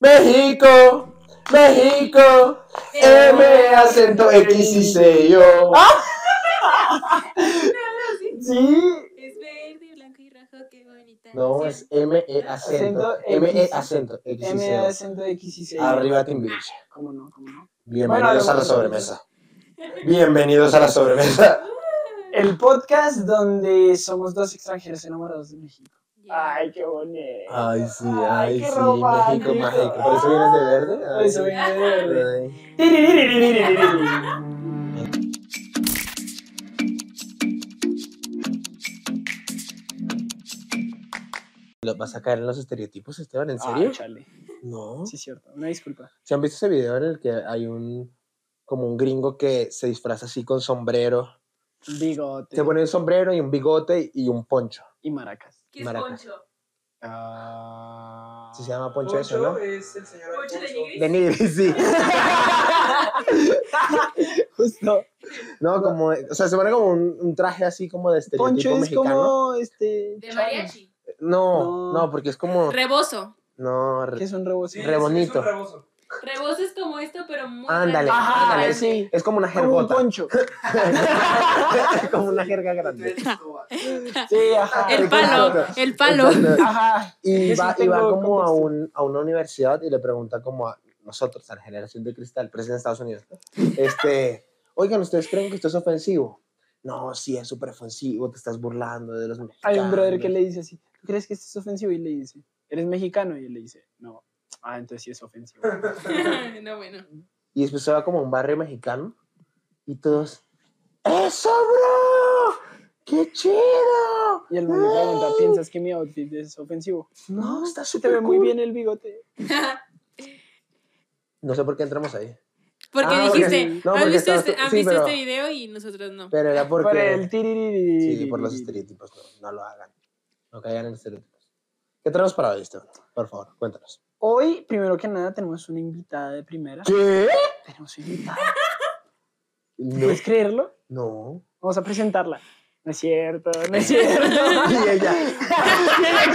México, México, M E acento X y C yo. Sí. Es verde, blanco y rojo, qué bonita. No, es M E acento, Acento M E X. acento X y M E C. acento X y C. Arriba Timbiriche. ¿Cómo no? ¿Cómo no? Bienvenidos a la hablemos de sobremesa. Bienvenidos a la sobremesa. El podcast donde somos dos extranjeros enamorados de México. Yeah. qué bonito. Ay, sí, Ay, ay, qué sí, romántico. México mágico. ¿Por eso vienes de verde? Por eso Ay, vengo de verde. ay. Tiriririririririri. ¿Lo- ¿Vas a caer en los estereotipos, Esteban? ¿En Ay, serio? chale. No. Ah, Sí, cierto. Una disculpa. ¿Se han visto ese video en el que hay un como un gringo que se disfraza así con sombrero? Bigote Se pone un sombrero y un bigote y un poncho. y maracas. ¿Qué es Maracas. Poncho? Ah. Sí, se llama poncho eso, ¿no? es el señor ¿Poncho de Nigris? De Nigris, sí. Justo. No, como, o sea, se pone como un, un traje así como de estereotipo Poncho es mexicano. como este. De chale. mariachi. No, No. no, porque es como, Rebozo. no, ¿Qué re- es un rebozo? re bonito. Rebozo es como esto, pero muy. Ándale, grande. Ajá, ándale. sí. Es como una Como un jergota. poncho. como una jerga grande. Sí, ajá. El palo, el palo. Exacto. Ajá. Y Eso va, y tengo va como a, contexto. un, a una universidad y le pregunta como a nosotros, a la generación de cristal, pero es en Estados Unidos. Este, oigan, ¿ustedes creen que esto es ofensivo? No, sí, es súper ofensivo, te estás burlando de los mexicanos. Hay un brother que le dice así, ¿tú crees que esto es ofensivo? Y le dice, ¿eres mexicano? Y él le dice, no. Ah, entonces sí es ofensivo. no, bueno. Y después se va como a un barrio mexicano y todos, ¡Eso, bro! ¡Qué chido! Y el man le pregunta, Ay, ¿piensas que mi outfit es ofensivo? No, está Se te ve súper muy cool". bien el bigote. No sé por qué entramos ahí. Porque Ah, porque- dijiste, no, ¿has porque visto, estabas este, tú- han sí, visto pero- este video y nosotros no? Pero era porque... Por el tiririri. Sí, por los estereotipos, no, no lo hagan. No caigan en estereotipos. ¿Qué tenemos para hoy, Esteban? Por favor, cuéntanos. Hoy, primero que nada, tenemos una invitada de primera. ¿Qué? Tenemos una invitada. No. ¿Puedes creerlo? no. Vamos a presentarla. No es cierto, no es cierto. Y ella.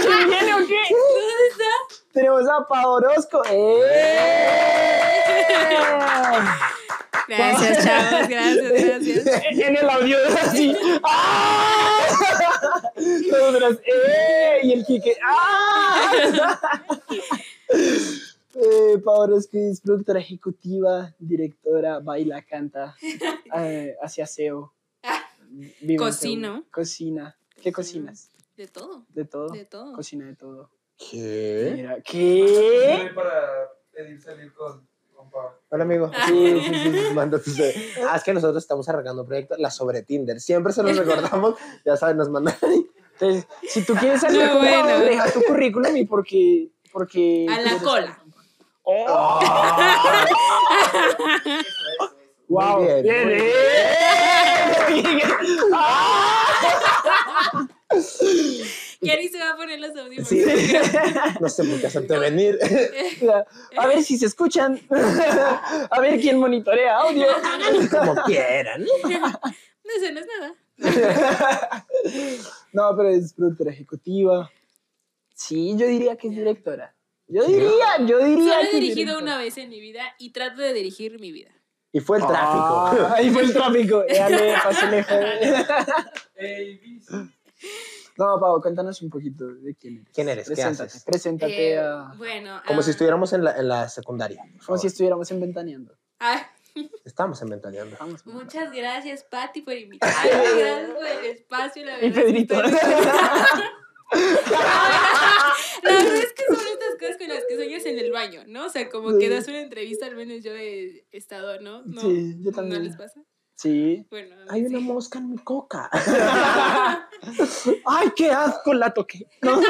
¿Quién viene o qué? Tenemos a Paorosco. ¡Eh! Gracias, chavos, gracias, gracias. en el audio es así. ¡Ah! Todos verás, ¡eh! Y el Quique. ¡Ah! Eh, Paola Esquiz, productora ejecutiva, directora, baila, canta, eh, hace aseo. vive en Ah, Cocino. Seúl, Cocina. ¿Qué cocinas? De todo, De todo. de todo. Cocina de todo. ¿Qué? Mira, ¿qué? ¿Eh? para pedir salir con, con Pau. Hola, amigo. Sí, sí, sí. sí, manda tus- Ah, es que nosotros estamos arrancando un proyecto, la sobre Tinder. Siempre se los recordamos. Ya saben, nos mandan. Entonces, si tú quieres salir No, con Paola, bueno. deja tu currículum y porque... porque A la quieres cola. salir con Paola. ¡Oh! Muy Wow. bien, Bien, muy ¿eh? Ah. Y Ari se va a poner los audífonos. Sí. No sé por qué hacerte venir. A ver si se escuchan. A ver quién monitorea audio. Como quieran. No sé, no es nada. No, pero es productora ejecutiva. Sí, yo diría que es directora. Yo Sí. diría, yo diría. Solo he que es dirigido directora. una vez en mi vida y trato de dirigir mi vida. Y fue el tráfico. Ah, ahí fue el tráfico. Ya le pasé lejos. Ey, bici. No, Pau, cuéntanos un poquito de quién eres. ¿Quién eres? ¿Qué Preséntate, haces? Preséntate Eh, a- bueno. Como ah, si estuviéramos en la, en la secundaria. por Como favor. si estuviéramos inventaneando. ah, Estamos inventando. Vamos. Muchas gracias, Pati, por invitarme. Gracias por el espacio. La verdad Y es que Pedrito. estoy muy contenta. La verdad es que son estas cosas con las que sueñas en el baño, ¿no? O sea, como que das una entrevista, al menos yo he estado, ¿no? no Sí, ¿No yo les también. pasa? Sí. Bueno, a mí Hay sí. una mosca en mi coca. Ay, qué asco la toqué. No.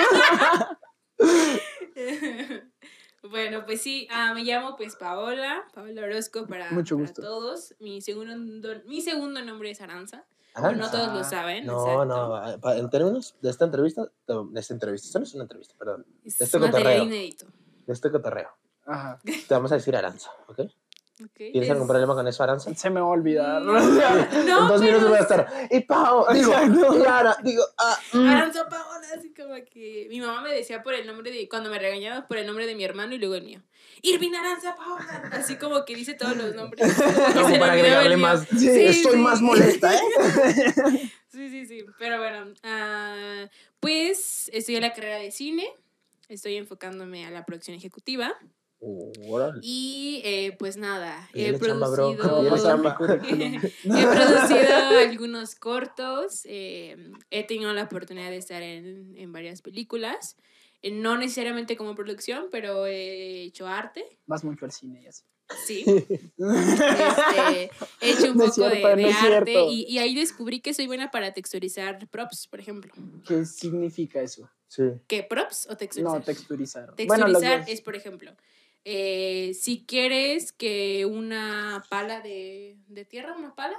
bueno, pues sí, ah, me llamo pues Paola, Paola Orozco para, Mucho para gusto. todos. Mi segundo, mi segundo nombre es Aranza, Ajá. no todos lo saben. No, exacto. no, va- va- en términos de esta entrevista, de de esta entrevista, esto no es una entrevista, perdón, Es Este material cotorreo. inédito. de este cotorreo. Ajá. Te vamos a decir Aranza, ¿ok? Ok, ¿Tienes es- algún problema con eso, Aranza? Se me va a olvidar. No, no, en dos pero minutos voy a estar. Y Pau, digo, Exacto. Clara, digo, ah, mm. Aranza Paola, así como que mi mamá me decía por el nombre de, cuando me regañaba por el nombre de mi hermano y luego el mío. Irvin Aranza Paola, así como que dice todos los nombres. Como Y se le para olvidaba el agregarle mío. más. Sí, Estoy sí. más molesta, ¿eh? Sí, sí, sí, pero bueno, ah, pues estudié la carrera de cine, estoy enfocándome a la producción ejecutiva Uh, Órale. y eh, pues nada, he Pídele chamba, bro, producido... pídele chamba. He producido algunos cortos, eh, he tenido la oportunidad de estar en, en varias películas, eh, no necesariamente como producción, pero he hecho arte, Vas mucho al cine y así. sí. Este, he hecho un No es poco de- cierto, de, no es arte cierto. y, y ahí descubrí que soy buena para texturizar props, por ejemplo. ¿Qué significa eso? Sí. ¿Qué props o texturizar? No, texturizar. Bueno, Texturizar los dos. es, por ejemplo, eh, si quieres que una pala de, de tierra, una pala,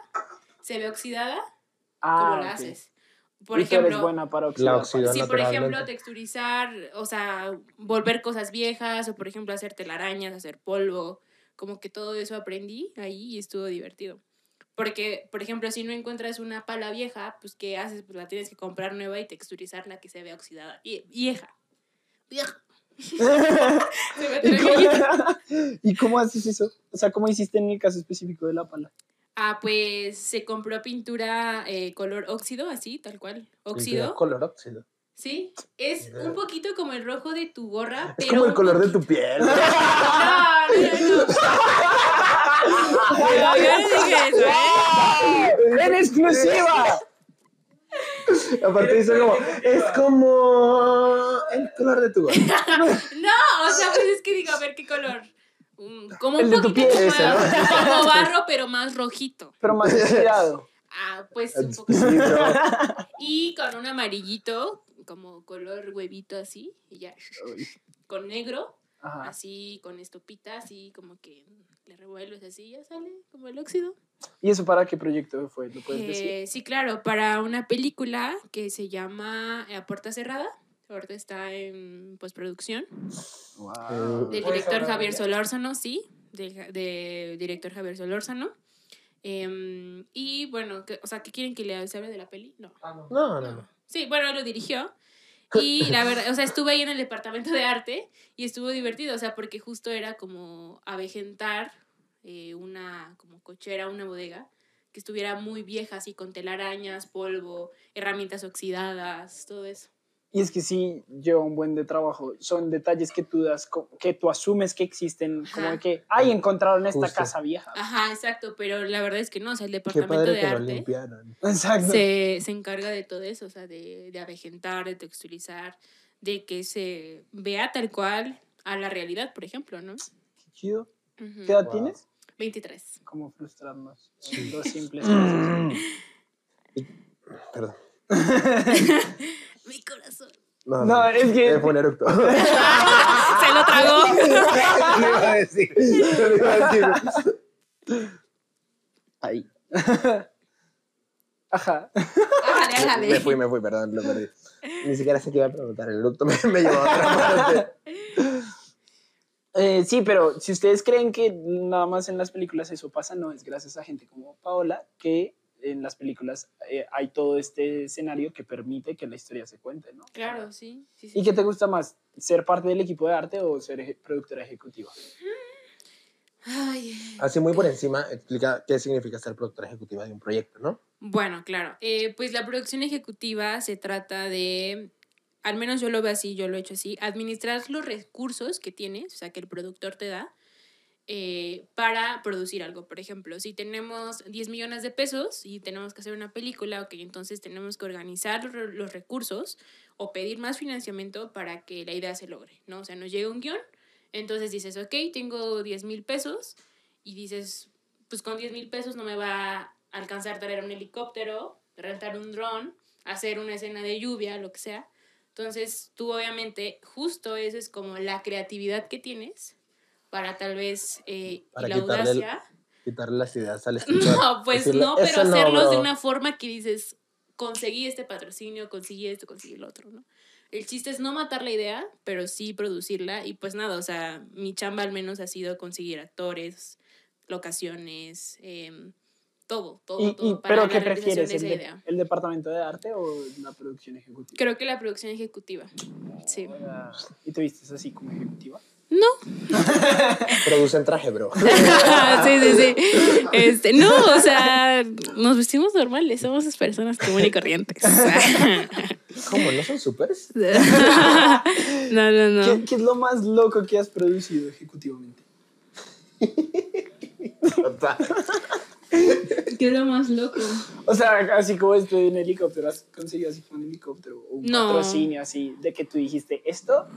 se ve oxidada, Ah, ¿cómo la ok. haces? Por Y tú eres ejemplo, buena para La oxidar. oxidó si por ejemplo naturalmente. texturizar, o sea, volver cosas viejas, o por ejemplo hacer telarañas, hacer polvo, como que todo eso aprendí ahí y estuvo divertido. Porque, por ejemplo, si no encuentras una pala vieja, pues ¿qué haces? Pues la tienes que comprar nueva y texturizar la que se vea oxidada. Y- Vieja. Vieja. Se me atoró ¿Y el gallito. cómo, ¿Y cómo haces eso? O sea, ¿cómo hiciste en el caso específico de la pala? Ah, pues se compró pintura eh, color óxido, así, tal cual. Óxido. Color óxido. Sí. Es un poquito como el rojo de tu gorra, Es pero. como el un color de poquito- tu piel. No, no, no. No, yo no dije eso, ¿eh? ¡En exclusiva! Aparte dice como, es como el color de tu piel. No, o sea, pues es que digo, a ver qué color. Mm, Como un El de tu poquito piel, como, ese, ¿no? como barro, pero más rojito. Pero más estirado. Ah, pues un poco. Sí, no. Y con un amarillito, como color huevito así, y ya. Con negro, Ah. Ajá. así, con estopita, así, como que le revuelves así, ya sale, como el óxido. ¿Y eso para qué proyecto fue? ¿Lo puedes decir? Eh, sí, claro, para una película que se llama eh, A Puerta Cerrada. Ahorita está en postproducción. Wow. Del ¿Puedes director hablar de Javier ella? Solórzano, sí. Del ja- de director Javier Solórzano. Em, y bueno, que- o sea, ¿qué quieren que les hable de la peli? No. Ah, no. No, no, no. Sí, bueno, él lo dirigió. Y la verdad, o sea, estuve ahí en el departamento de arte y estuvo divertido, o sea, porque justo era como avejentar eh, una como cochera, una bodega que estuviera muy vieja, así con telarañas, polvo, herramientas oxidadas, todo eso. Y es que sí lleva un buen de trabajo. Son detalles que tú das, co- que tú asumes que existen, Ajá. Ah, como que, ay, encontraron esta Ah, Justo. casa vieja. Ajá, exacto, pero la verdad es que no, o sea, el Qué departamento padre de que lo arte limpiaron. Exacto. se, se encarga de todo eso, o sea, de, de avejentar, de texturizar, de que se vea tal cual a la realidad, por ejemplo, ¿no? Qué chido. Ujú. ¿Qué edad Wow. tienes? 23. Como frustrarnos. Dos simples cosas. Perdón. Mi corazón. No, No, es que. Es poner eructo. Se lo tragó. Lo iba a decir, lo iba a decir. Ahí. Ajá. Ájale, Me ájale. fui, me fui, perdón, lo perdí. Ni siquiera sé qué iba a preguntar. El eructo me, me llevó a otra parte. Eh, sí, pero si ustedes creen que nada más en las películas eso pasa, no, es gracias a gente como Paola que en las películas eh, hay todo este escenario que permite que la historia se cuente, ¿no? Claro, sí. sí, sí. ¿Y qué te gusta más? ¿Ser parte del equipo de arte o ser eje- productora ejecutiva? Ay. Así muy por encima, explica qué significa ser productora ejecutiva de un proyecto, ¿no? Bueno, claro. Eh, pues la producción ejecutiva se trata de, al menos yo lo veo así, yo lo he hecho así, administrar los recursos que tienes, o sea, que el productor te da, eh, para producir algo. Por ejemplo, si tenemos 10 millones de pesos y tenemos que hacer una película, ok, entonces tenemos que organizar los re- los recursos o pedir más financiamiento para que la idea se logre, ¿no? O sea, nos llega un guión, entonces dices, ok, tengo 10 mil pesos y dices, pues con 10 mil pesos no me va a alcanzar traer un helicóptero, rentar un dron, hacer una escena de lluvia, lo que sea. Entonces, tú obviamente, justo eso es como la creatividad que tienes para tal vez, eh, y Para la quitarle el- audacia. Quitarle las ideas al escritor. No, pues Decirle, no, pero "Eso no, hacerlos de bro". una forma que dices, conseguí este patrocinio, conseguí esto, conseguí el otro, ¿no? El chiste es no matar la idea, pero sí producirla y pues nada, o sea, mi chamba al menos ha sido conseguir actores, locaciones, em, todo, todo, Y, todo y- ¿Pero la qué realización prefieres? de El, esa de- idea. ¿El departamento de arte o la producción ejecutiva? Creo que la producción ejecutiva. Sí. Ahora, ¿Y te vistes así como ejecutiva? No. Producen traje, bro. sí, sí, sí. Este, no, o sea, nos vestimos normales, somos esas personas comunes y corrientes. ¿Cómo? ¿No son supers? no, no, no. ¿Qué, qué es lo más loco que has producido ejecutivamente? Total. ¿Qué es lo más loco? O sea, así como esto de un helicóptero, ¿has conseguido así como un helicóptero o un No. patrocinio así de que tú dijiste esto?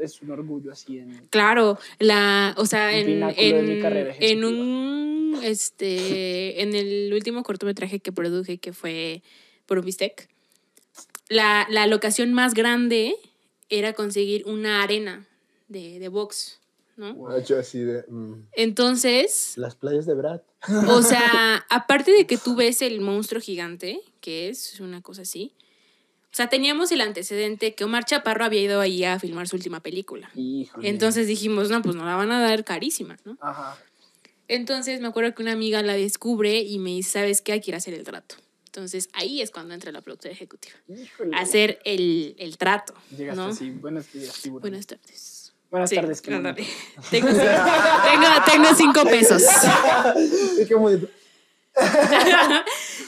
Es un orgullo así en... Claro, la, o sea, Un en, pináculo de mi en, carrera en ejecutiva. un, este, en el último cortometraje que produje, que fue por un bistec, la, la locación más grande era conseguir una arena de, de box, ¿no? Yo así de. mm, Entonces, las playas de Brad. O sea, aparte de que tú ves el monstruo gigante, que es una cosa así. O sea, teníamos el antecedente que Omar Chaparro había ido ahí a filmar su última película. Híjole. Entonces dijimos, no, pues nos la van a dar carísima, ¿no? Ajá. Entonces me acuerdo que una amiga la descubre y me dice, ¿sabes qué? Hay que ir a hacer el trato. Entonces ahí es cuando entra la productora ejecutiva. Híjole. Hacer el, el trato, Llegaste ¿no? así. Buenos días, tiburón. Buenas, Buenas tardes. Sí, tardes, claro, Clemente. dale. Tengo, tengo- tengo cinco pesos. Es como de-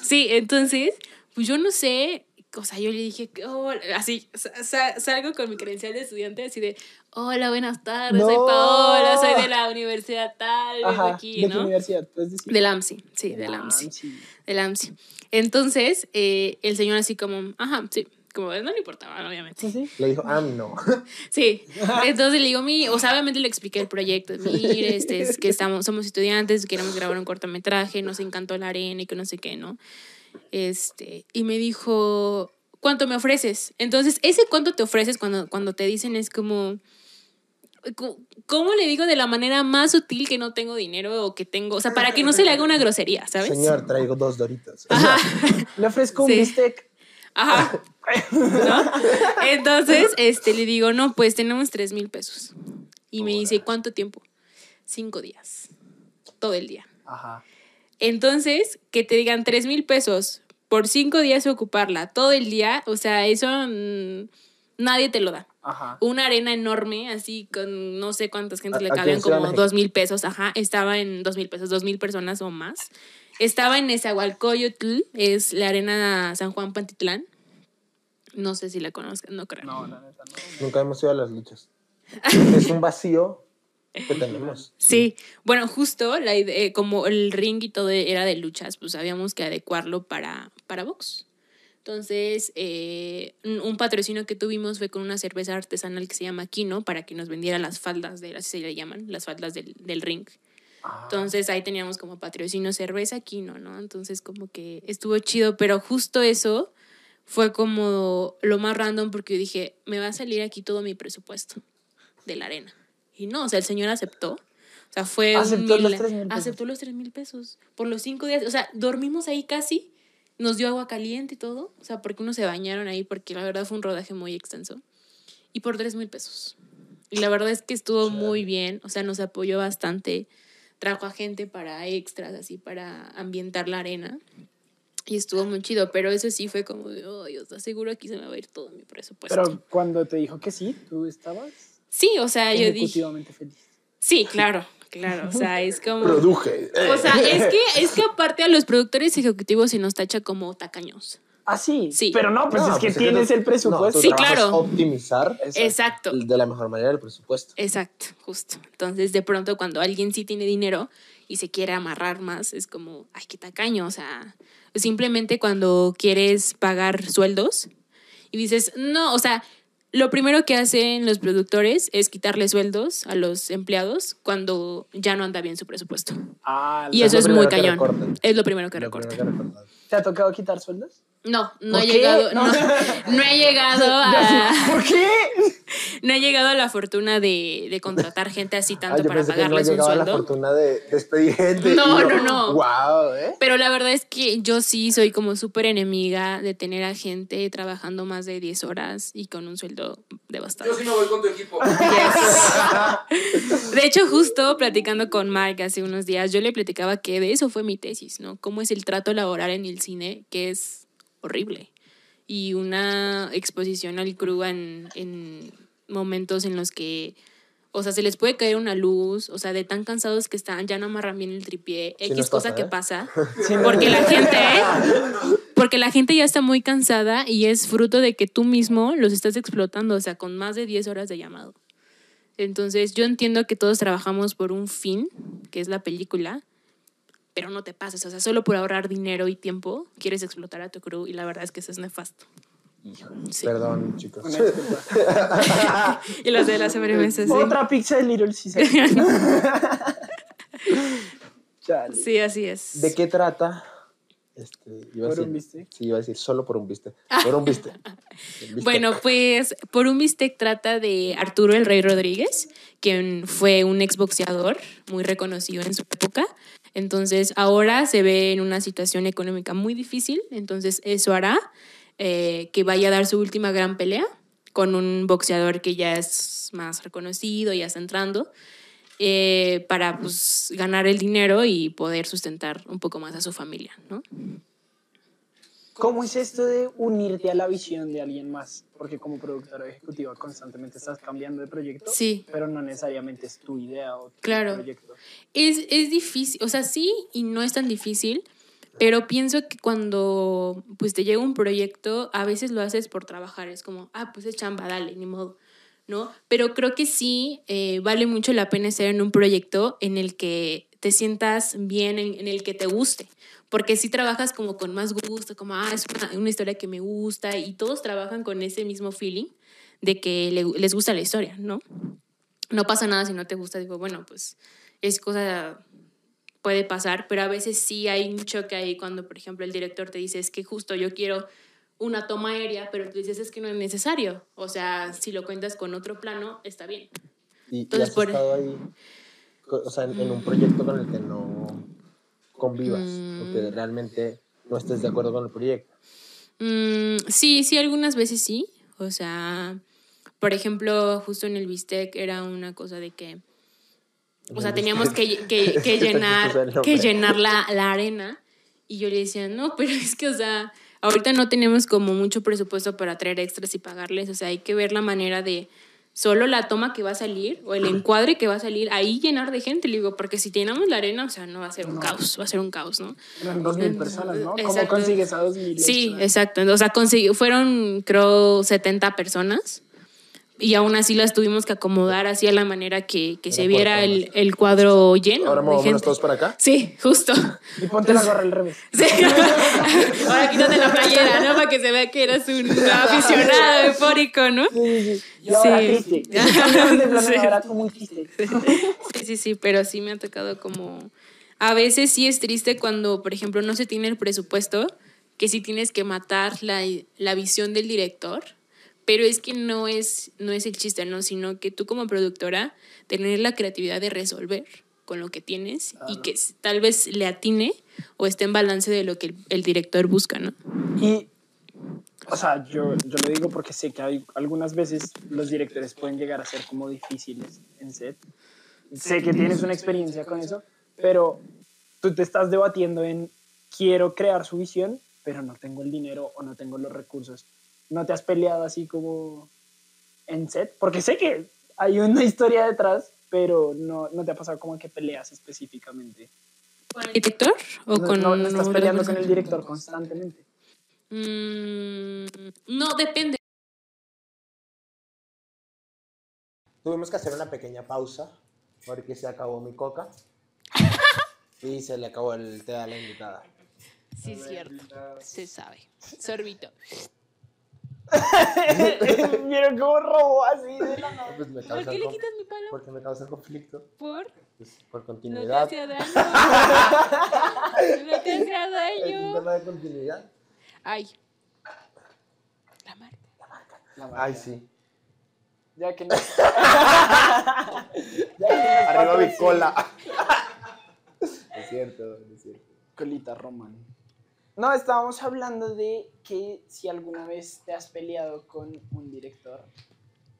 sí, entonces, pues yo no sé, o sea, yo le dije, "Hola", así, sa- sa- salgo con mi credencial de estudiante, así de, hola, buenas tardes, soy No. Paola, soy de la universidad tal, vengo Ajá. aquí, ¿De qué ¿no? universidad? ¿Puedes decir? Ah, Del AMSI, sí, De del la AMSI, AMSI. del AMSI. Entonces, eh, el señor así como, ajá, sí, como no le importaba, obviamente. Sí, sí. Le dijo, ah, no. Sí, entonces le digo, mi, o sea, obviamente le expliqué el proyecto. Mire, este, es que estamos, somos estudiantes, queremos grabar un cortometraje, nos encantó la arena y que no sé qué, ¿no? Este, y me dijo, ¿cuánto me ofreces? Entonces, ese cuánto te ofreces cuando, cuando te dicen es como, cu- ¿cómo le digo de la manera más sutil que no tengo dinero o que tengo, o sea, para que no se le haga una grosería, ¿sabes? Señor, traigo dos doritos. Le ofrezco un Sí. bistec. Ajá. ¿No? Entonces, este, le digo, no, pues tenemos tres mil pesos. Y me dice, ¿cuánto tiempo? Cinco días. Todo el día. Ajá. Entonces, que te digan tres mil pesos por cinco días ocuparla todo el día, o sea, eso mm, nadie te lo da. Ajá. Una arena enorme, así con no sé cuántas gentes A- le aquí en cabían, Ciudad de como México. dos mil pesos, ajá, estaba en dos mil pesos, dos mil personas o más. Estaba en Esahualcoyotl, es la arena San Juan Pantitlán. No sé si la conozcan, no creo. No, la neta, no. Nunca hemos ido a las luchas. Es un vacío que tenemos. Sí, bueno, justo la ide- eh, como el ring y todo era de luchas, pues habíamos que adecuarlo para, para box. Entonces, eh, un un patrocinio que tuvimos fue con una cerveza artesanal que se llama Kino para que nos vendiera las faldas, de, así se le llaman, las faldas del, del ring. Entonces ahí teníamos como patrocinio cerveza Kino, ¿no? Entonces como que estuvo chido, pero justo eso fue como lo más random porque yo dije, me va a salir aquí todo mi presupuesto de la arena. Y no, o sea, el señor aceptó. O sea, fue un Aceptó los mila- 3,000 pesos. Aceptó los 3 mil pesos por los cinco días. O sea, dormimos ahí casi, nos dio agua caliente y todo. O sea, porque unos se bañaron ahí porque la verdad fue un rodaje muy extenso. Y por 3 mil pesos. Y la verdad es que estuvo muy bien. O sea, nos apoyó bastante. Trajo a gente para extras, así, para ambientar la arena. Y estuvo muy chido, pero eso sí fue como, de, oh, Dios, seguro aquí se me va a ir todo mi presupuesto. Pero cuando te dijo que sí, tú estabas sí, o sea, Ah, yo dije, ejecutivamente feliz. sí, claro, claro, o sea, es como... Produje. O sea, eh. es que, es que aparte a los productores ejecutivos se nos tacha como tacaños. Ah, sí. Sí. Pero no, pues No, es que pues tú- tienes el no, presupuesto. tu Sí, trabajo es claro. optimizar Exacto. de la mejor manera el presupuesto. Exacto, justo. Entonces, de pronto, cuando alguien sí tiene dinero y se quiere amarrar más, es como, ay, qué tacaño. O sea, simplemente cuando quieres pagar sueldos y dices, no, o sea, lo primero que hacen los productores es quitarle sueldos a los empleados cuando ya no anda bien su presupuesto. Ah, Y la- eso lo es muy primero que cañón. recortan. Es lo primero que Lo recorta. primero que recortan. ¿Te ha tocado quitar sueldos? No, no ¿Por he qué? llegado, no, No. Ah, no he llegado a, ¿Por qué? no he llegado a la fortuna de, de contratar gente así Ah, tanto yo para pensé que no pagarles un llegaba la sueldo. fortuna de despedir gente. No, no, no. Wow, ¿eh? Pero la verdad es que yo sí soy como súper enemiga de tener a gente trabajando más de 10 horas y con un sueldo devastado. pues, Yo sí me voy con tu equipo. Yes. De hecho, justo platicando con Mark hace unos días, yo le platicaba que de eso fue mi tesis, ¿no? Cómo es el trato laboral en el cine, que es horrible. Y una exposición al crudo en, en momentos en los que, o sea, se les puede caer una luz, o sea, de tan cansados que están, ya no amarran bien el tripié, Sí X nos cosa pasa, que ¿eh? pasa. Sí, no, Porque la gente, porque la gente ya está muy cansada y es fruto de que tú mismo los estás explotando, o sea, con más de 10 horas de llamado. Entonces, yo entiendo que todos trabajamos por un fin, que es la película, pero no te pases, o sea, solo por ahorrar dinero y tiempo quieres explotar a tu crew y la verdad es que eso es nefasto. Sí. Perdón, chicos. una disculpa. Y los de las sobremesas, sí. Otra pizza de Little Caesar. Chale. Sí, así es. ¿De qué trata? Este, iba a Por decir- un bistec. Sí, iba a decir solo por un viste. Por un viste. Bueno, pues por un mistake trata de Arturo el Rey Rodríguez, quien fue un exboxeador muy reconocido en su época. Entonces ahora se ve en una situación económica muy difícil, entonces eso hará eh, que vaya a dar su última gran pelea con un boxeador que ya es más reconocido, ya está entrando, eh, para pues, ganar el dinero y poder sustentar un poco más a su familia, ¿no? ¿Cómo es esto de unirte a la visión de alguien más? Porque como productora ejecutiva constantemente estás cambiando de proyecto, Sí. pero no necesariamente es tu idea o tu Claro. proyecto. Es, es difícil, o sea, sí y no es tan difícil, pero pienso que cuando pues te llega un proyecto, a veces lo haces por trabajar, es como, ah, pues es chamba, dale, ni modo, ¿no? Pero creo que sí eh, vale mucho la pena estar en un proyecto en el que te sientas bien, en, en el que te guste, porque si trabajas como con más gusto, como, ah, es una, una historia que me gusta, y todos trabajan con ese mismo feeling de que le- les gusta la historia, ¿no? No pasa nada si no te gusta, digo, bueno, pues es cosa puede pasar, pero a veces sí hay un choque ahí cuando, por ejemplo, el director te dice, es que justo yo quiero una toma aérea, pero tú dices, es que no es necesario. O sea, si lo cuentas con otro plano, está bien. Y, y entonces has por- estado ahí, co- o sea, en, en un proyecto con el que no convivas, o que Mm. realmente no estés de acuerdo con el proyecto. Mm, sí, sí, algunas veces sí. O sea, por ejemplo, justo en el bistec era una cosa de que, o sea, teníamos que, que- que Está llenar, chistoso el que nombre. llenar la, la arena. Y yo le decía, no, pero es que, o sea, ahorita no tenemos como mucho presupuesto para traer extras y pagarles. O sea, hay que ver la manera de solo la toma que va a salir o el encuadre que va a salir, ahí llenar de gente. Le digo, porque si llenamos la arena, o sea, no va a ser un No. caos, va a ser un caos, ¿no? Eran dos mil Mm, personas, ¿no? ¿Cómo exacto. consigues a dos mil? Sí, exacto. O sea, consegui- fueron, creo, 70 personas. Y aún así las tuvimos que acomodar así a la manera que, que Era se viera por el, el cuadro lleno. Ahora de movámonos gente. todos para acá. Sí, justo. Y ponte la gorra al revés. Sí. Ahora quítate la playera, ¿no? Para que se vea que eras un aficionado eufórico, ¿no? Y ahora Sí. triste. Cambiaron de plano, Sí. ahora tú muy triste. Sí, sí, sí, pero sí me ha tocado como... A veces sí es triste cuando, por ejemplo, no se tiene el presupuesto, que sí tienes que matar la, la visión del director, pero es que no es, no es el chiste, ¿no? Sino que tú como productora, tener la creatividad de resolver con lo que tienes y que s- tal vez le atine o esté en balance de lo que el, el director busca, ¿no? Y, o sea, yo, yo lo digo porque sé que hay, algunas veces los directores pueden llegar a ser como difíciles en set. Sé que tienes una experiencia con eso, pero tú te estás debatiendo en quiero crear su visión, pero no tengo el dinero o no tengo los recursos. ¿No te has peleado así como en set? Porque sé que hay una historia detrás, pero no, no te ha pasado como que peleas específicamente. ¿Con el director o no, con... no- no estás otra peleando con persona? el director constantemente. Mm, no, depende. Tuvimos que hacer una pequeña pausa porque se acabó mi coca y se le acabó el té a la invitada. Sí, es cierto. Se sabe. Sorbito. Vieron cómo robó así de la nada. Pues me ¿Por causa qué le conf- quitas mi palo? Porque me causa conflicto. Por. Pues, por No te continuidad. hacía daño. No te hacía Es un daño. tema de continuidad. Ay. La marca. Ay, sí. Ya que no. Arriba mi cola. es cierto, es cierto. Colita Roman. No, estábamos hablando de que si alguna vez te has peleado con un director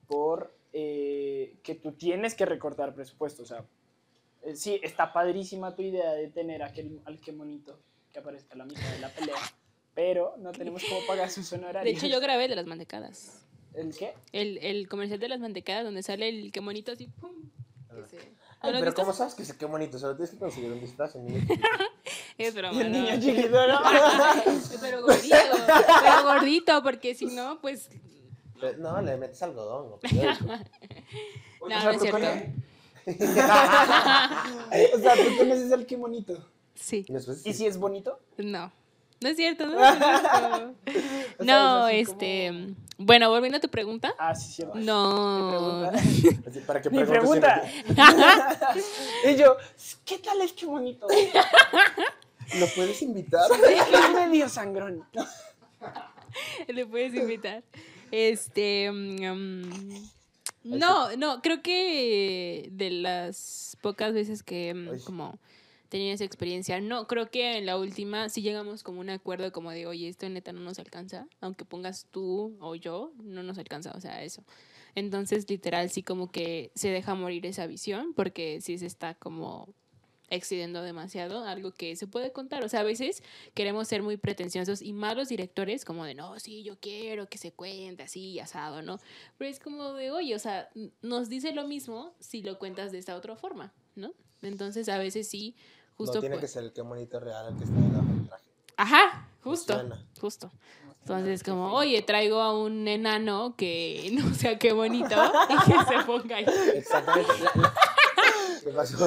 por eh, que tú tienes que recortar presupuesto. O sea, eh, sí, está padrísima tu idea de tener aquel, al que monito que aparezca a la mitad de la pelea, pero no tenemos cómo pagar sus De honorarios. hecho, yo grabé el de las mantecadas. ¿El qué? El, el comercial de las mantecadas donde sale el que monito así, pum. que se- Ay, ¿No pero lo has visto? ¿cómo sabes que se qué bonito? Solo tienes que conseguir un disfraz en mi Es broma. Y el ¿no? niño chiquito, ¿no? Pero gordito, pero gordito, porque si no, pues No, le metes algodón. o periódico. No, no es cierto. o sea, tú conoces al que monito. sí. Y después ¿Y si es bonito? No. No es cierto, no. No, es cierto. O sea, No, es así este. Bueno, volviendo a tu pregunta. Ah, sí, cierto. Mm. No. pregunta. Así, Para que Mi preguntes si no- pregunta. y yo, ¿qué tal es que bonito? ¿Lo puedes invitar? Es medio sangrón. Le puedes invitar. Este. mm, no, no, creo que de las pocas veces que mm, Ay. como tenía esa experiencia, no, creo que en la última sí llegamos como a un acuerdo como de, oye, esto neta no nos alcanza, aunque pongas tú o yo, no nos alcanza, o sea, eso. Entonces, literal, sí como que se deja morir esa visión porque sí se está como excediendo demasiado, algo que se puede contar. O sea, a veces queremos ser muy pretenciosos y malos directores como de, no, sí, yo quiero que se cuente así, y asado, ¿no? Pero es como de, oye, o sea, n- nos dice lo mismo si lo cuentas de esta otra forma, ¿no? Entonces, a veces sí, justo... no tiene pu- que ser el que bonito real el que está debajo del traje. Ajá, justo, Funciona. justo. Entonces, como, oye, traigo a un enano que no sea qué bonito y que se ponga ahí. Exactamente. La- la- ¿Qué pasó?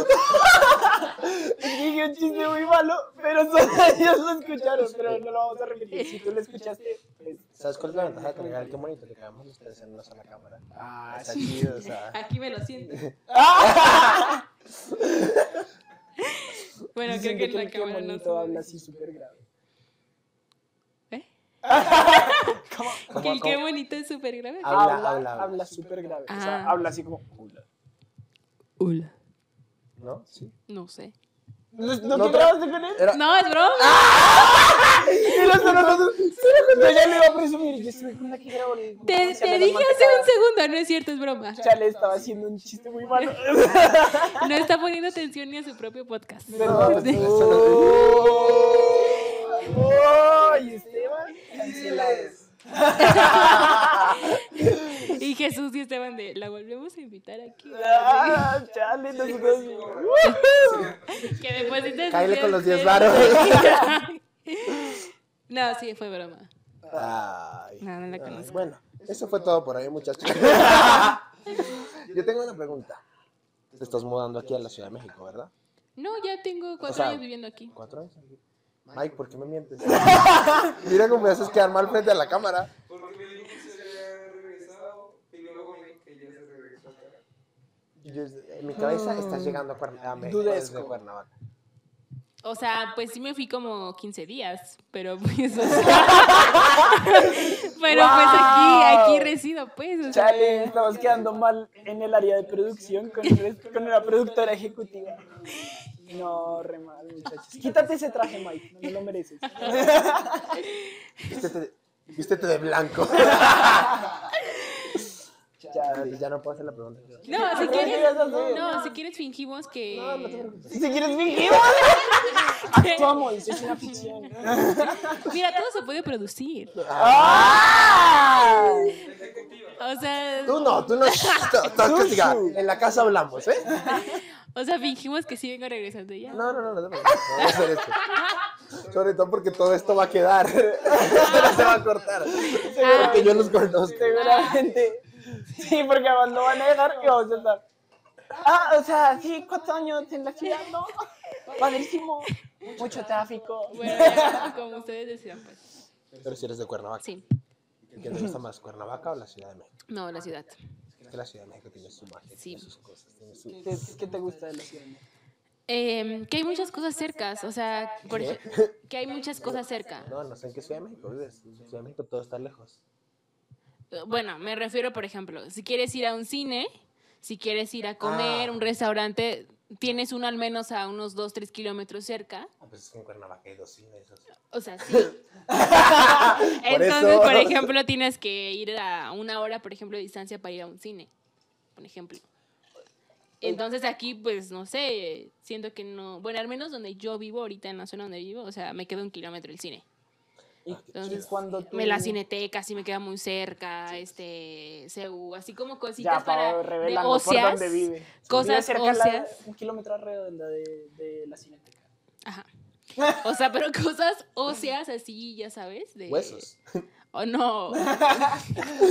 Dije un chiste muy malo, pero solo ellos lo escucharon, pero no lo vamos a repetir. Si tú lo escuchaste, pues... ¿Sabes cuál es la ventaja de tener al que bonito? Que grabamos ustedes en una sola cámara. Ah, Está chido, o sea. Aquí me lo siento. Yo Bueno, creo siento que en el la que cámara no bonito se ve. habla así súper grave. ¿Eh? ¿Cómo? Que ¿Cómo- el qué cómo? bonito es súper grave. Ah. Habla, habla, habla. súper grave. O Ah. sea, habla así como... "Hola". Hola. ¿No? Sí. No sé. ¿No, no, No te te- grabaste con él? Era. No, es broma. Y los otros dos, Yo ya le iba a presumir. Yo estoy con la que grabó el Te, comercial te de las dije hace mantecadas. un segundo, no es cierto, es broma. Chale, estaba haciendo un chiste muy malo. No está poniendo atención ni a su propio podcast. No, Perdón. pues, Oh, y Esteban, cancelados. Diles. Y Jesús y Esteban de, la volvemos a invitar aquí. Ah, chale, Uh, nosotros. Que después dices, Cáele con los "Sí, 10 varos". No, sí, fue broma. Ay. No, no la Ay, conozco. Bueno, eso fue todo por ahí, muchachos. Yo tengo una pregunta. Te estás mudando aquí a la Ciudad de México, ¿verdad? No, ya tengo cuatro sea, años viviendo aquí. ¿Cuatro años? Mike, ¿por qué me mientes? Mira cómo me haces quedar mal frente a la cámara. Porque me dijo que se había regresado y luego me dijo que ya se regresó acá. Yo- en mi cabeza estás llegando a, Cuerna, a México Dudesco. desde Cuernavaca. O sea, pues sí me fui como 15 días, pero pues... o sea, pero pues aquí, aquí resido, pues. o sea, Chale, estamos quedando mal en el área de producción con, el resto- con una productora ejecutiva. No, re mal, muchachos. Quítate ese traje, Mike, no me lo mereces. Vístete, de- vístete de blanco. ya, Chale. ya no puedo hacer la pregunta. No, si No, quieres, digas así. no, si quieres fingimos que... Si quieres fingir, actuamos, es una ficción. Mira, todo se puede producir. ¡Ah! O sea, Tú no, tú no. Estás castigada. En la casa hablamos, ¿eh? o sea, fingimos que sí vengo regresando ya. No, no, no, no, no, no, no voy a hacer esto. Sobre todo porque todo esto va a quedar. Esto no se va a cortar. Porque yo los conozco. Ah. Seguramente. Sí, porque además lo van a dejar y vamos a estar. Ah, o sea, sí, cuatro años en la ciudad, ¿no? Padrísimo. Mucho tráfico. Bueno, ya, como ustedes decidan, pues. Pero si eres de Cuernavaca. Sí. ¿Qué te gusta más, Cuernavaca o la Ciudad de México? No, la ciudad. Es que la Ciudad de México tiene su magia, Sí. tiene sus cosas, tiene su... ¿Qué, qué te gusta de la ciudad? Eh, que hay muchas cosas cercas, o sea, por ej- que hay muchas cosas cerca. No, no sé en qué Ciudad de México vives. En Ciudad de México todo está lejos. Bueno, me refiero, por ejemplo, si quieres ir a un cine, si quieres ir a comer, Ah. un restaurante, tienes uno al menos a unos 2, 3 kilómetros cerca. Ah, Pues es que en Cuernavaca hay dos cines. o sea. O sea, sí. Entonces, eso. por ejemplo, tienes que ir a una hora, por ejemplo, de distancia para ir a un cine. un ejemplo. Entonces aquí, pues, no sé, siento que no... Bueno, al menos donde yo vivo ahorita, en la zona donde vivo, o sea, me queda un kilómetro el cine. Y, Entonces, y cuando tú- Me la cineteca, sí me queda muy cerca, este, CEU, así como cositas Ya, para... Pau, de revelando por óseas. dónde vive. cosas Vive cerca a la- óseas. un kilómetro redonda de, de la cineteca. Ajá. O sea, pero cosas óseas así, ya sabes, de... Huesos. O Oh, no. no para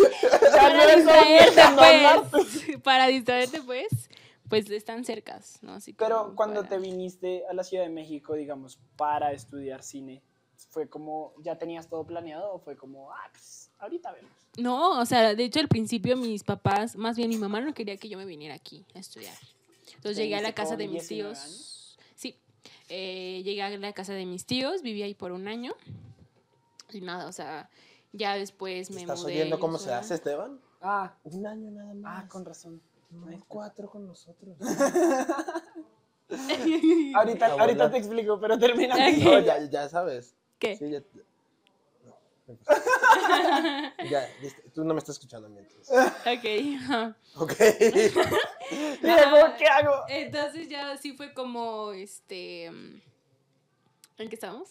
es distraerte, ósea, no pues. Para distraerte, pues, pues están cercas, ¿no? Así Pero como cuando para- te viniste a la Ciudad de México, digamos, para estudiar cine, ¿fue como ya tenías todo planeado o fue como, ah, pues, ahorita vemos? No, o sea, de hecho al principio mis papás, más bien mi mamá no quería que yo me viniera aquí a estudiar. Entonces ¿Te llegué a la viniste casa con de mis 19 tíos. Sí, eh, llegué a la casa de mis tíos, viví ahí por un año. Y nada, o sea, ya después me ¿Estás mudé oyendo yo cómo se sola. hace, Esteban? Ah, Un año nada más. ah, con este. razón. No, Ay, cuatro con nosotros. Ahorita, La ahorita abuela. te explico, pero termina. Ay. No, ya, ya sabes. ¿Qué? Sí, ya. ya, viste, tú no me estás escuchando mientras. Ok. ajá. Ok. Diego, ¿qué hago? Entonces ya sí fue como, este... mm, ¿En qué estábamos?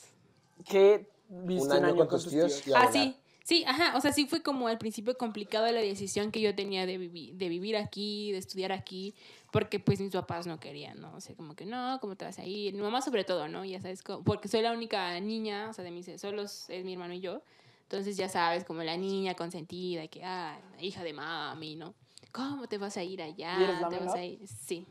¿Qué viste un año con tus tíos. y Ah, ahora- sí. Sí, ajá, o sea, sí fue como al principio complicada la decisión que yo tenía de, vivi- de vivir aquí, de estudiar aquí, porque pues mis papás no querían, ¿no? O sea, como que no, ¿cómo te vas a ir? Mi mamá sobre todo, ¿no? Ya sabes, co- porque soy la única niña, o sea, de mis solos es mi hermano y yo, entonces ya sabes, como la niña consentida, que, ah, la hija de mami, ¿no? ¿Cómo te vas a ir allá? ¿Y eres la ¿Te vas menor? a ir? Sí.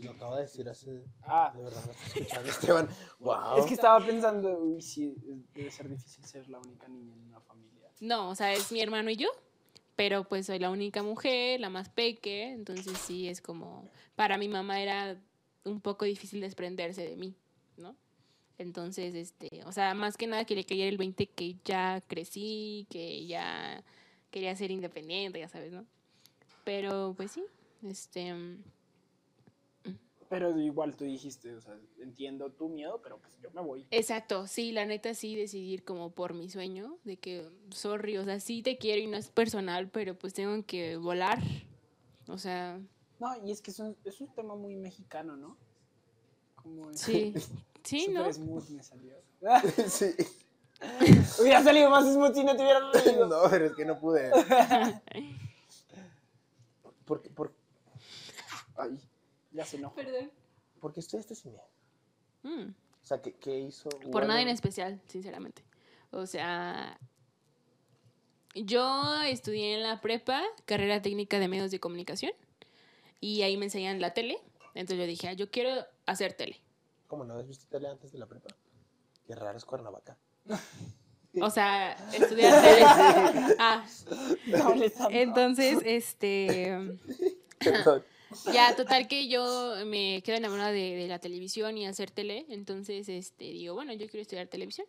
Lo acabo de decir hace. De Ah, verdad, me estás escuchando, Esteban. Wow. es que estaba pensando, uy, sí, debe ser difícil ser la única niña en una familia. No, o sea, es mi hermano y yo, pero pues soy la única mujer, la más peque, entonces sí es como, para mi mamá era un poco difícil desprenderse de mí, ¿no? Entonces, este, o sea, más que nada que le cayera el 20 que ya crecí, que ya quería ser independiente, ya sabes, ¿no? Pero pues sí, este, mm, Pero igual tú dijiste, o sea, entiendo tu miedo, pero pues yo me voy. Eh, exacto, sí, la neta sí decidir como por mi sueño, de que, sorry, o sea, sí te quiero y no es personal, pero pues tengo que volar, o sea, No, y es que es un, es un tema muy mexicano, ¿no? Como es- Sí, sí, Super ¿no? smooth me salió. sí. hubiera salido más smooth si no te hubiera reído. No, pero es que no pude. ¿Por, qué- por, Ay, ya se enojó. Perdón. por qué estudiaste cine? O sea, ¿qué, qué hizo? Mm, Por nada en Warren? especial, sinceramente. O sea, yo estudié en la prepa carrera técnica de medios de comunicación y ahí me enseñan la tele. Entonces yo dije, ah, yo quiero hacer tele. ¿Cómo no habías visto tele antes de la prepa? Qué raro es Cuernavaca. O sea, estudiar tele. Ah, No, le está- entonces, este... Perdón. Ya, total que yo me quedo enamorada de, de la televisión y hacer tele, entonces este, digo, bueno, yo quiero estudiar televisión.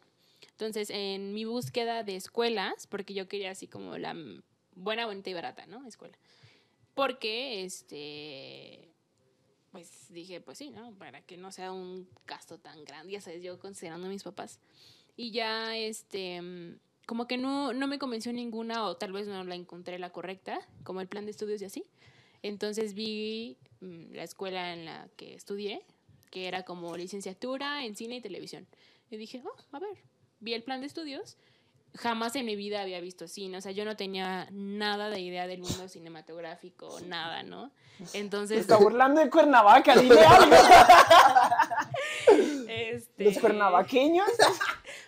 Entonces, en mi búsqueda de escuelas, porque yo quería así como la m- buena, bonita y barata, ¿no? Escuela. Porque, este, pues dije, pues sí, ¿no? Para que no sea un gasto tan grande, ya sabes, yo considerando a mis papás. Y ya, este, mm, como que no, no me convenció ninguna o tal vez no la encontré la correcta, como el plan de estudios y así. Entonces vi mm, la escuela en la que estudié, que era como licenciatura en cine y televisión. Y dije, oh, a ver, vi el plan de estudios. Jamás en mi vida había visto cine, o sea, yo no tenía nada de idea del mundo cinematográfico, nada, ¿no? Se Entonces, está burlando de Cuernavaca, dile algo. este... Los cuernavaqueños.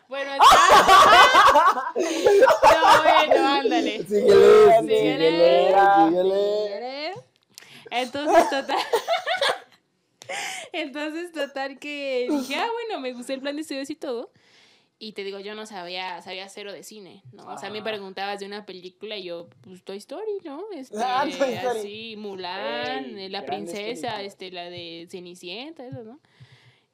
Bueno, está- no, bueno, ándale. Síguele, Sí, síguele, síguele. síguele. Entonces, total. Entonces, total que dije, ah, bueno, me gustó el plan de estudios y todo. Y te digo, yo no sabía, sabía cero de cine, ¿no? O sea, me Ah. preguntabas de una película y yo, pues Toy Story, ¿no? Este, Ah, Toy Story. así, Mulan, Ey, eh, la grandes princesa, películas. este, la de Cenicienta, eso, ¿no?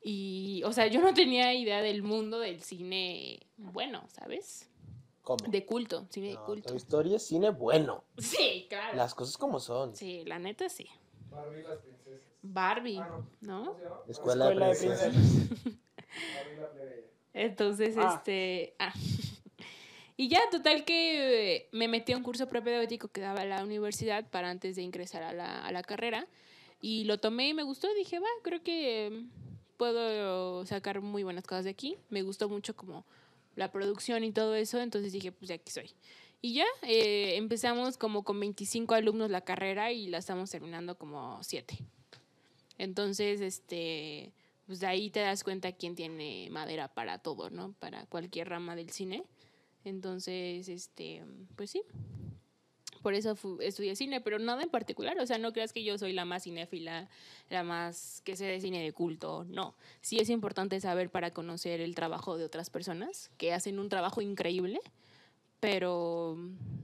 Y, o sea, yo no tenía idea del mundo del cine bueno, ¿sabes? ¿Cómo? De culto, cine de No, culto. Toy Story es cine bueno. Sí, claro. Las cosas como son. Sí, la neta sí. Barbie y las princesas. Barbie, Ah, no. ¿no? ¿Cómo se llama? Escuela, Escuela de de princesas. Barbie y la plebeya. Entonces, Ah. este. ah. Y ya, total que eh, me metí a un curso propedéutico que daba la universidad para antes de ingresar a la, a la carrera. Y lo tomé y me gustó. Dije, va, creo que mm, puedo sacar muy buenas cosas de aquí. Me gustó mucho como la producción y todo eso. Entonces dije, pues de aquí soy. Y ya eh, empezamos como con 25 alumnos la carrera y la estamos terminando como 7. Entonces, este, pues de ahí te das cuenta quién tiene madera para todo, ¿no? Para cualquier rama del cine. Entonces, este, pues sí. Por eso fu- estudié cine, pero nada en particular. O sea, no creas que yo soy la más cinéfila, la más que sé de cine de culto. No. Sí es importante saber para conocer el trabajo de otras personas que hacen un trabajo increíble, pero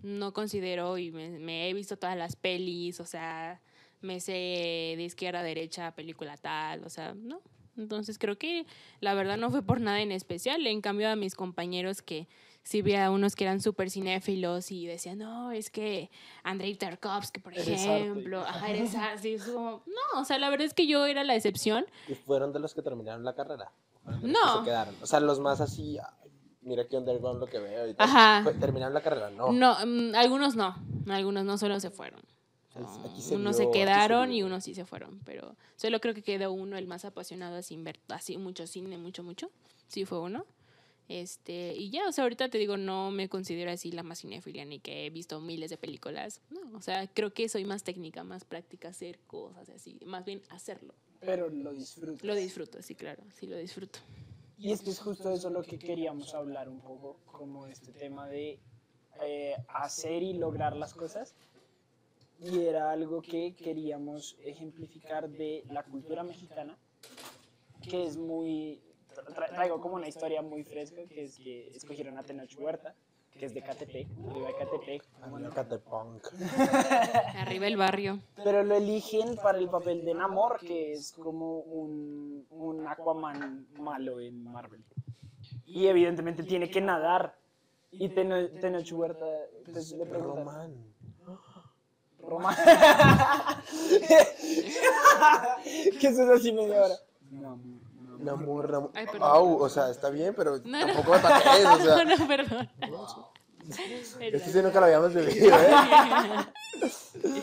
no considero y me, me he visto todas las pelis, o sea, me sé de izquierda a derecha película tal, o sea, no. Entonces creo que la verdad no fue por nada en especial. En cambio, a mis compañeros que sí vi a unos que eran súper cinéfilos y decían, no, es que Andrei Tarkovsky, por Eres arte". ejemplo, ajá, eres arte", y es como, no, o sea, la verdad es que yo era la excepción. ¿Y fueron de los que terminaron la carrera? ¿Fueron de los No. que se quedaron. O sea, los más así, "Ay, mira qué underground lo que veo. Y tal. Ajá. Fue- ¿Terminaron la carrera? No. No, mm, algunos no, algunos no solo se fueron. Es- No, aquí se vio, unos se aquí se quedaron y vio. unos sí se fueron, pero solo creo que quedó uno, el más apasionado así, inver- así mucho cine, mucho, mucho. Sí fue uno. Este, y ya, o sea, ahorita te digo, no me considero así la más cinéfila ni que he visto miles de películas. No, o sea, creo que soy más técnica, más práctica, hacer cosas así, más bien hacerlo. Pero lo disfruto. Lo disfruto, sí, claro, sí lo disfruto. Y es que es justo eso lo que queríamos hablar un poco, como este tema de eh, hacer y lograr las cosas. Y era algo que queríamos ejemplificar de la cultura mexicana, que es muy... tra- traigo como una historia muy fresca, que es que escogieron a Tenoch Huerta, que es de Catepec, arriba de Catepec. como no. Catepunk. Arriba el barrio. Pero lo eligen para el papel de Namor, que es como un, un Aquaman malo en Marvel. Y evidentemente tiene que nadar. Y Teno- Tenoch Huerta pues, le pregunta, Román. Román. que eso es así media hora. No, no, no. Namor, Namor. Ay, perdón. Au, o sea, está bien, pero No, no. tampoco me ataques, o sea. no, no, perdón. Esto sí nunca lo habíamos vivido, ¿eh?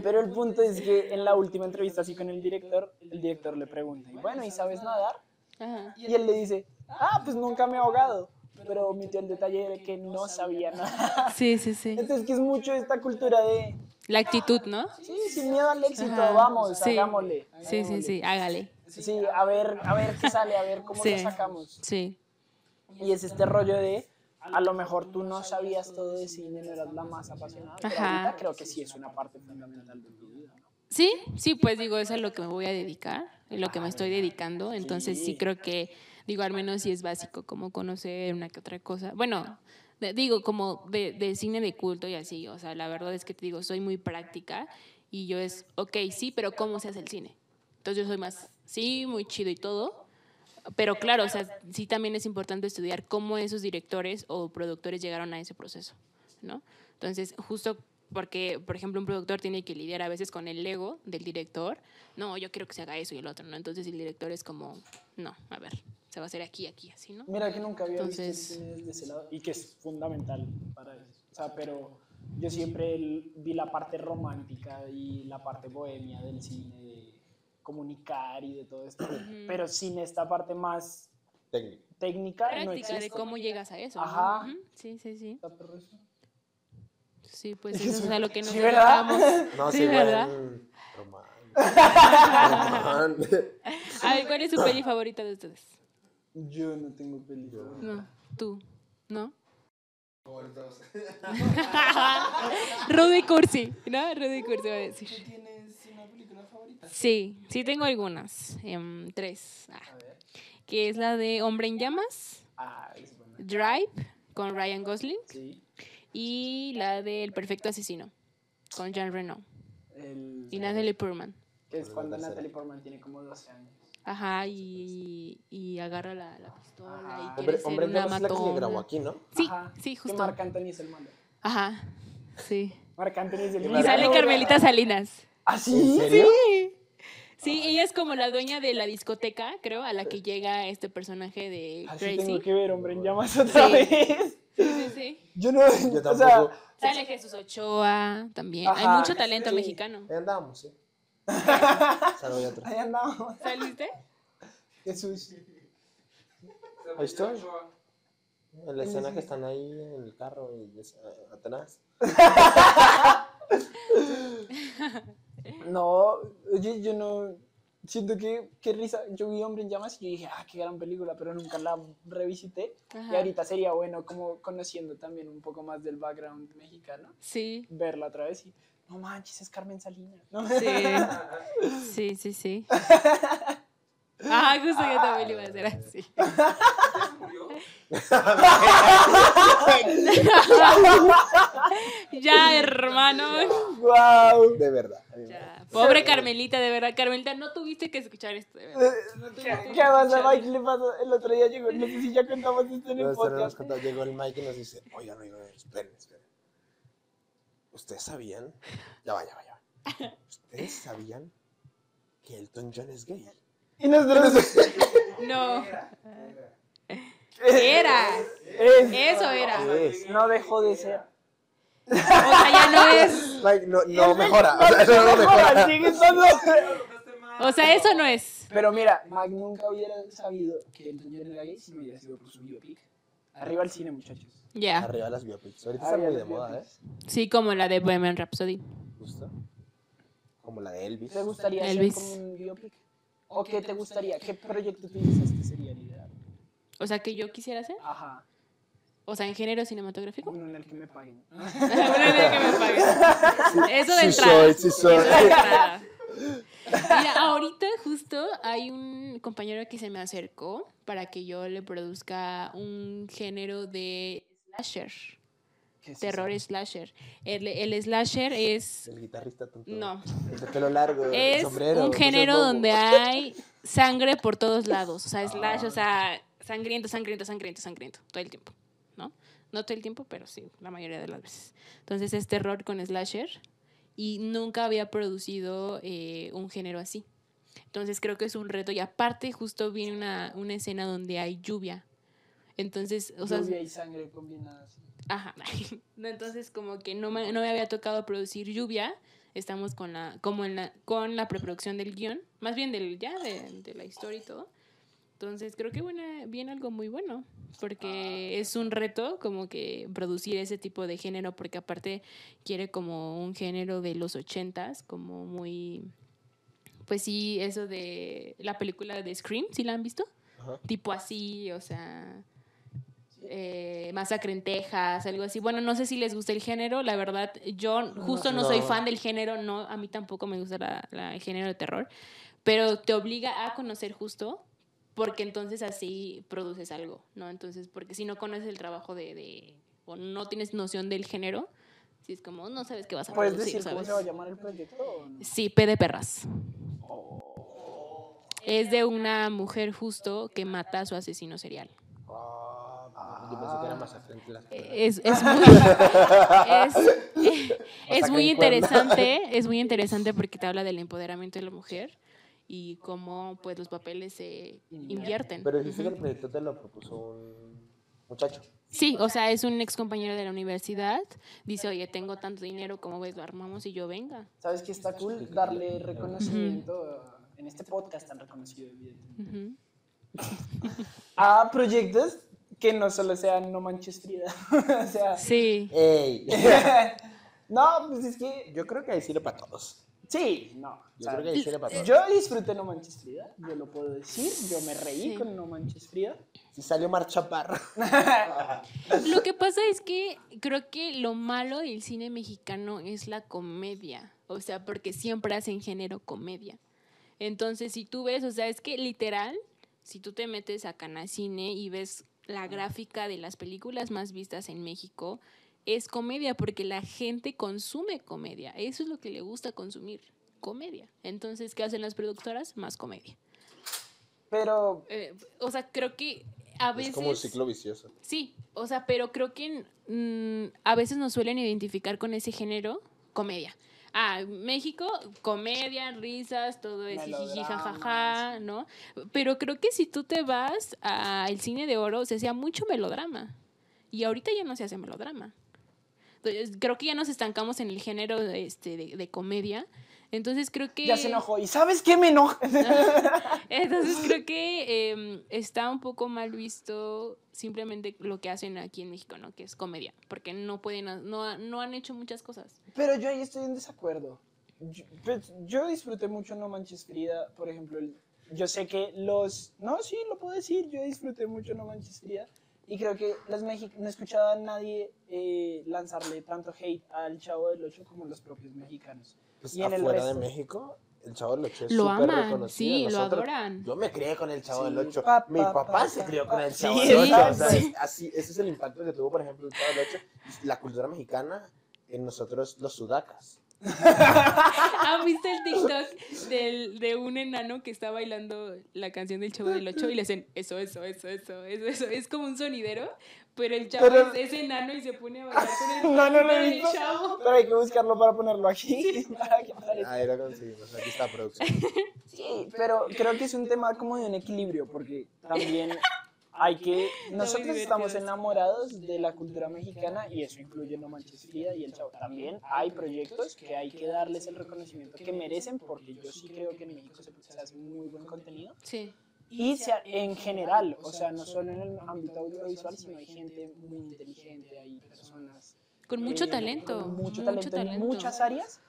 Pero el punto es que en la última entrevista así con el director, el director le pregunta, y bueno, ¿y sabes nadar? Ajá. Y él le dice, ah, pues nunca me he ahogado. Pero omitió el detalle de que no sabía nada. Sí, sí, sí. Entonces, que es mucho esta cultura de, La actitud, ¿no? sí, sin miedo al éxito, Ajá, vamos, sí. hagámosle. Sí, sí, sí, hágale. Sí, a ver, a ver qué sale, a ver cómo Sí. lo sacamos. Sí. Y es este rollo de, a lo mejor tú no sabías todo de cine, no eras la más apasionada, pero Ajá. ahorita creo que sí es una parte fundamental de tu vida. Sí, sí, pues digo, es a lo que me voy a dedicar, es lo que me estoy dedicando, entonces sí Sí. creo que, digo, al menos sí es básico como conocer una que otra cosa. Bueno, de- digo, como de, de cine de culto y así, o sea, la verdad es que te digo, soy muy práctica y yo es, ok, sí, pero ¿cómo se hace el cine? Entonces yo soy más, sí, muy chido y todo, pero claro, o sea, sí también es importante estudiar cómo esos directores o productores llegaron a ese proceso, ¿no? Entonces, justo porque, por ejemplo, un productor tiene que lidiar a veces con el ego del director, no, yo quiero que se haga eso y el otro, ¿no? Entonces el director es como, no, a ver, se va a hacer aquí, aquí, así, ¿no? Mira que nunca había Entonces- visto el cine desde ese lado y que es fundamental para eso. O sea, pero yo siempre el- vi la parte romántica y la parte bohemia del cine, de comunicar y de todo esto. Pero sin esta parte más Técnico. técnica no Práctica de existe. cómo llegas a eso. ¿no? Ajá. Ujú, Sí, sí, sí. Está perro eso. Sí, pues eso es a lo que nos Sí, ¿verdad? dedicamos. No, Sí, sí, ¿verdad? buen Román. Román. A ver, ¿cuál es su peli favorita de ustedes? Yo no tengo película. No, tú, ¿no? Rudy Cursi, ¿no? Rudy Cursi va a decir. ¿Tienes una película favorita? Sí, sí tengo algunas, em, tres, ah, que es la de Hombre en Llamas, Ah, es buena. Drive con Ryan Gosling Sí. y la de El Perfecto Asesino con Jean Reno El, y Natalie Portman. que es cuando Natalie Portman tiene como 12 años. Ajá, y, y agarra la, la pistola Ajá. y quiere Hombre, ser hombre, una no es la que se grabó matona. aquí, ¿no? Sí, Ajá, sí, Que justo. Marc Anthony es el malo. Ajá, sí. Marc Anthony es el Y Y malo. sale Carmelita Salinas. ¿Ah, sí? ¿En serio? Sí. Sí, ella es como la dueña de la discoteca, creo, a la que llega este personaje de Así Ah, tengo Crazy. que ver, hombre, en llamas otra Sí. vez. Sí, sí, sí. Yo no, Yo o tampoco. sea, Sale Jesús Ochoa también. Ajá, Hay mucho talento sí. mexicano. Ahí andamos, sí. Salvo ya atrás. ahí andamos. ¿Saliste? Jesús. Ahí estoy. En la escena que están ahí en el carro y es- eh, atrás. No, oye, yo no. Siento que, qué risa. Yo vi Hombre en Llamas y yo dije, ah, qué gran película, pero nunca la revisité. Y Ajá. ahorita sería bueno, como conociendo también un poco más del background mexicano, Sí. verla otra vez y, no manches, es Carmen Salinas. No, Sí. Ah, Sí, sí, sí. Ah, justo yo también lo iba a hacer así. murió? Ya, hermano. ¡Wow! De verdad. Ya. Pobre Carmelita, de verdad. Carmelita, no tuviste que escuchar esto. de verdad. Eh, ¿Qué qué pasa, Mike? Le pasó el otro día, llegó, no sé si ya contamos esto en No, el esto no nos podcast. contó. Llegó el Mike y nos dice, oigan, oigan, oigan, esperen, esperen. ¿Ustedes sabían? Ya va, ya va, ya va. ¿Ustedes sabían que Elton John es gay? Y nosotros. No. Era. Es- Eso era. ¿Qué es? No dejó de ser. O sea, ya no es. Mike, no, no mejora. O sea, eso no Ahora mejora. sigue estando. O sea, eso no es. Pero mira, Mike nunca hubiera sabido que el John era gay si no hubiera sido por su biopic. Arriba al cine, muchachos. Ya. Arriba las biopics. Ahorita están muy de moda, ¿eh? Sí, como la de Bohemian Rhapsody. Justo. Como la de Elvis. ¿Te gustaría Elvis. hacer como un biopic? ¿O qué te gustaría? ¿Qué proyecto tú dices que sería el ideal? O sea, que yo quisiera hacer. Ajá, O sea, en género cinematográfico. Mm. uno en el que me paguen. Una idea que me pague. Eso de Sí entrada. soy, sí Eso de soy. entrada. Mira, ahorita justo hay un compañero que se me acercó para que yo le produzca un género de slasher, ¿Qué es terror slasher. El, el slasher es... El guitarrista tonto. No, El de pelo largo, el es sombrero. un no seas género bobo. donde hay sangre por todos lados. O sea, slash, o sea, sangriento, sangriento, sangriento, sangriento. Todo el tiempo, ¿no? No todo el tiempo, pero sí, la mayoría de las veces. Entonces es terror con slasher y nunca había producido eh, un género así. Entonces creo que es un reto y aparte justo viene una, una escena donde hay lluvia. Entonces, o eso? sea, Lluvia y sangre combinadas. Ajá. No, Entonces, como que no me, no me había tocado producir lluvia. Estamos con la, como en la, con la preproducción del guión, más bien del, ya de, de la historia y todo. Entonces, creo que buena, viene algo muy bueno, porque es un reto como que producir ese tipo de género, porque aparte quiere como un género de los ochentas, como muy... Pues sí, eso de la película de Scream, ¿sí la han visto? Ajá. tipo así, o sea, eh, Masacre en Texas, algo así. Bueno, no sé si les gusta el género, la verdad, yo justo no, soy No. fan del género, no, a mí tampoco me gusta la, la- el género de terror, pero te obliga a conocer justo porque entonces así produces algo, ¿no? Entonces, porque si no conoces el trabajo de, de- o no tienes noción del género, si es como, no sabes qué vas a ¿Puedes producir, decir cómo ¿sabes? se va a llamar el proyecto? o no? Sí, P de perras. Oh. Es de una mujer justo que mata a su asesino serial. Ah, yo pensé que era más al frente las perras. Es, es muy, es, es Hasta muy que encuerna. interesante, es muy interesante porque te habla del empoderamiento de la mujer y cómo pues los papeles se invierten. Pero dijiste que el proyecto te lo propuso un muchacho. Sí, o sea, es un ex compañero de la universidad, dice, oye, tengo tanto dinero, ¿cómo ves? Lo armamos y yo venga. ¿Sabes que está cool? Darle reconocimiento a- en este podcast tan reconocido, evidentemente. Ujú. a proyectos que no solo sean No Manches Frida. o sea, Sí, ¡Ey! no, pues es que Yo creo que ahí sirve para todos. sí, no. o Yo sea, creo que ahí sirve para todos. yo disfruté No Manches Frida, yo lo puedo decir, yo me reí Sí. con No Manches Frida. Si salió Mar Chaparro. Lo que pasa es que creo que lo malo del cine mexicano es la comedia. O sea, porque siempre hacen género comedia. Entonces, si tú ves, o sea, es que literal, si tú te metes a Canacine y ves la gráfica de las películas más vistas en México, es comedia porque la gente consume comedia. Eso es lo que le gusta consumir, comedia. Entonces, ¿qué hacen las productoras? Más comedia. Pero Eh, o sea, creo que a veces... Es como un ciclo vicioso. Sí, o sea, pero creo que mm, a veces nos suelen identificar con ese género comedia. Ah, México, comedia, risas, todo es jijiji, jajaja, Melodramas. ¿no? Pero creo que si tú te vas al cine de oro, se hacía mucho melodrama. Y ahorita ya no se hace melodrama. Entonces, creo que ya nos estancamos en el género este, de, de comedia. Entonces creo que... Ya se enojó. ¿Y sabes qué me enoja? Entonces creo que eh, está un poco mal visto simplemente lo que hacen aquí en México, ¿no? Que es comedia, porque no pueden, ha- no, ha- no han hecho muchas cosas. Pero yo ahí estoy en desacuerdo. Yo, pues, yo disfruté mucho No Manches Frida, por ejemplo. el- yo sé que los... No, sí, lo puedo decir. Yo disfruté mucho No Manches Frida. Y creo que los Mexi- no he escuchado a nadie eh, lanzarle tanto hate al Chavo del Ocho como los propios mexicanos. Pues Y en el afuera de resto. México, el Chavo del Ocho es Lo súper aman, reconocido. sí, lo Nosotros- adoran. Yo me crié con el Chavo Sí, del Ocho. pa, Mi pa, papá pa, se pa, crió pa. con el Sí, Chavo del Ocho. O sea, sí. es así, ese es el impacto que tuvo, por ejemplo, el Chavo del Ocho. La cultura mexicana en nosotros, los sudacas. ¿Han visto el TikTok del- de un enano que está bailando la canción del Chavo del Ocho y le hacen eso, eso, eso, eso, eso, eso? Es como un sonidero, pero el chavo Pero- es, es enano y se pone a bailar con el No, no lo ritmo he del visto. chavo. Pero hay que buscarlo para ponerlo aquí. para que aparezca. Ahí lo conseguimos. Aquí está producción. Sí, pero creo que es un tema como de un equilibrio, porque también hay que... Nosotros estamos divertido. enamorados de la cultura mexicana y eso incluye No Manches Frida y El Chavo. También hay proyectos que hay que darles el reconocimiento que merecen, porque yo sí creo que en México se, se hace muy buen contenido. Sí. Y se ha- en general, o sea, no solo en el ámbito audiovisual, sino hay gente muy inteligente, hay personas Con mucho eh, talento. con mucho, talento, en muchas áreas.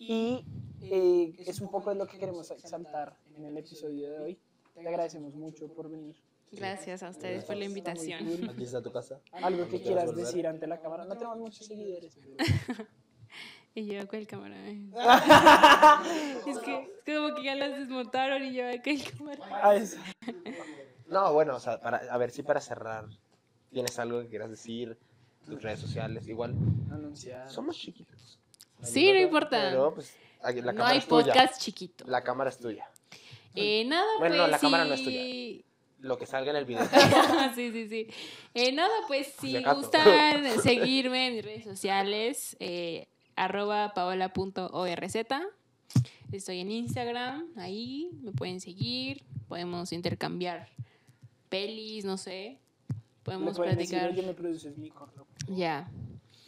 Y eh, es un poco de lo que queremos exaltar en el episodio de hoy. Te agradecemos mucho por venir. Gracias a ustedes por la Está muy invitación. cool. Aquí está tu casa. Algo que ¿Quieres quieras volver? decir ante la cámara. No tenemos muchos seguidores, pero Y yo con el cámara. ay. es, que, es que como que ya las desmontaron y yo acá el cámara. Ah, es- No, bueno, o sea, para, a ver si para cerrar tienes algo que quieras decir, tus redes sociales, igual. anunciar. Somos chiquitos. Sí, no importa. Pero, pues, aquí- la No cámara hay es tuya. podcast chiquito. La cámara es tuya. Eh, nada, Bueno, no, pues la cámara no es sí. Lo que salga en el video. sí, sí, sí. Eh, nada, pues si acaso. gustan seguirme en mis redes sociales, eh, arroba paola.orz. Estoy en Instagram, ahí me pueden seguir, podemos intercambiar pelis, no sé. Le Podemos pueden decir, platicar. oye, me produces mi corto. Ya,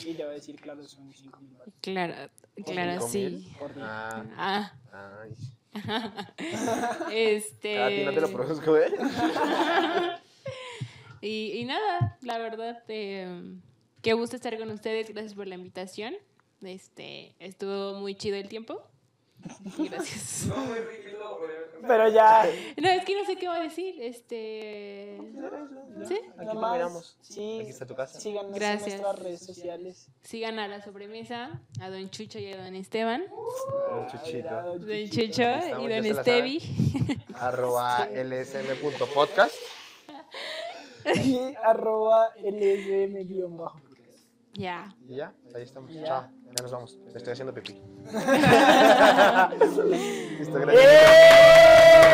Y le va a decir, claro, son 5 mil dólares. claro, claro, cinco sí. mil. por día. Ah, Ah, ay. este. Ah, A ti no te lo produzco, ¿eh? Y, y nada, la verdad, eh, qué gusto estar con ustedes. Gracias por la invitación. Este, estuvo muy chido el tiempo. Y Gracias. No, muy riquito, pero- Pero ya, No, es que no sé qué va a decir. Este. Sí, Aquí nada más. terminamos. Sí, Aquí está tu casa. síganos Gracias. en nuestras redes sociales. sigan a la sobremesa, a don Chucho y a don Esteban. Un Ah, chuchito. Don Chuchito. Chucho y Estamos, ya don se la Estevi. Arroba lsm.podcast. y arroba lsm guión bajo. Ya. Y ya, ahí estamos. Ya. Chao. Ya nos vamos. Me estoy haciendo pipí. Listo, gracias. ¡Eh!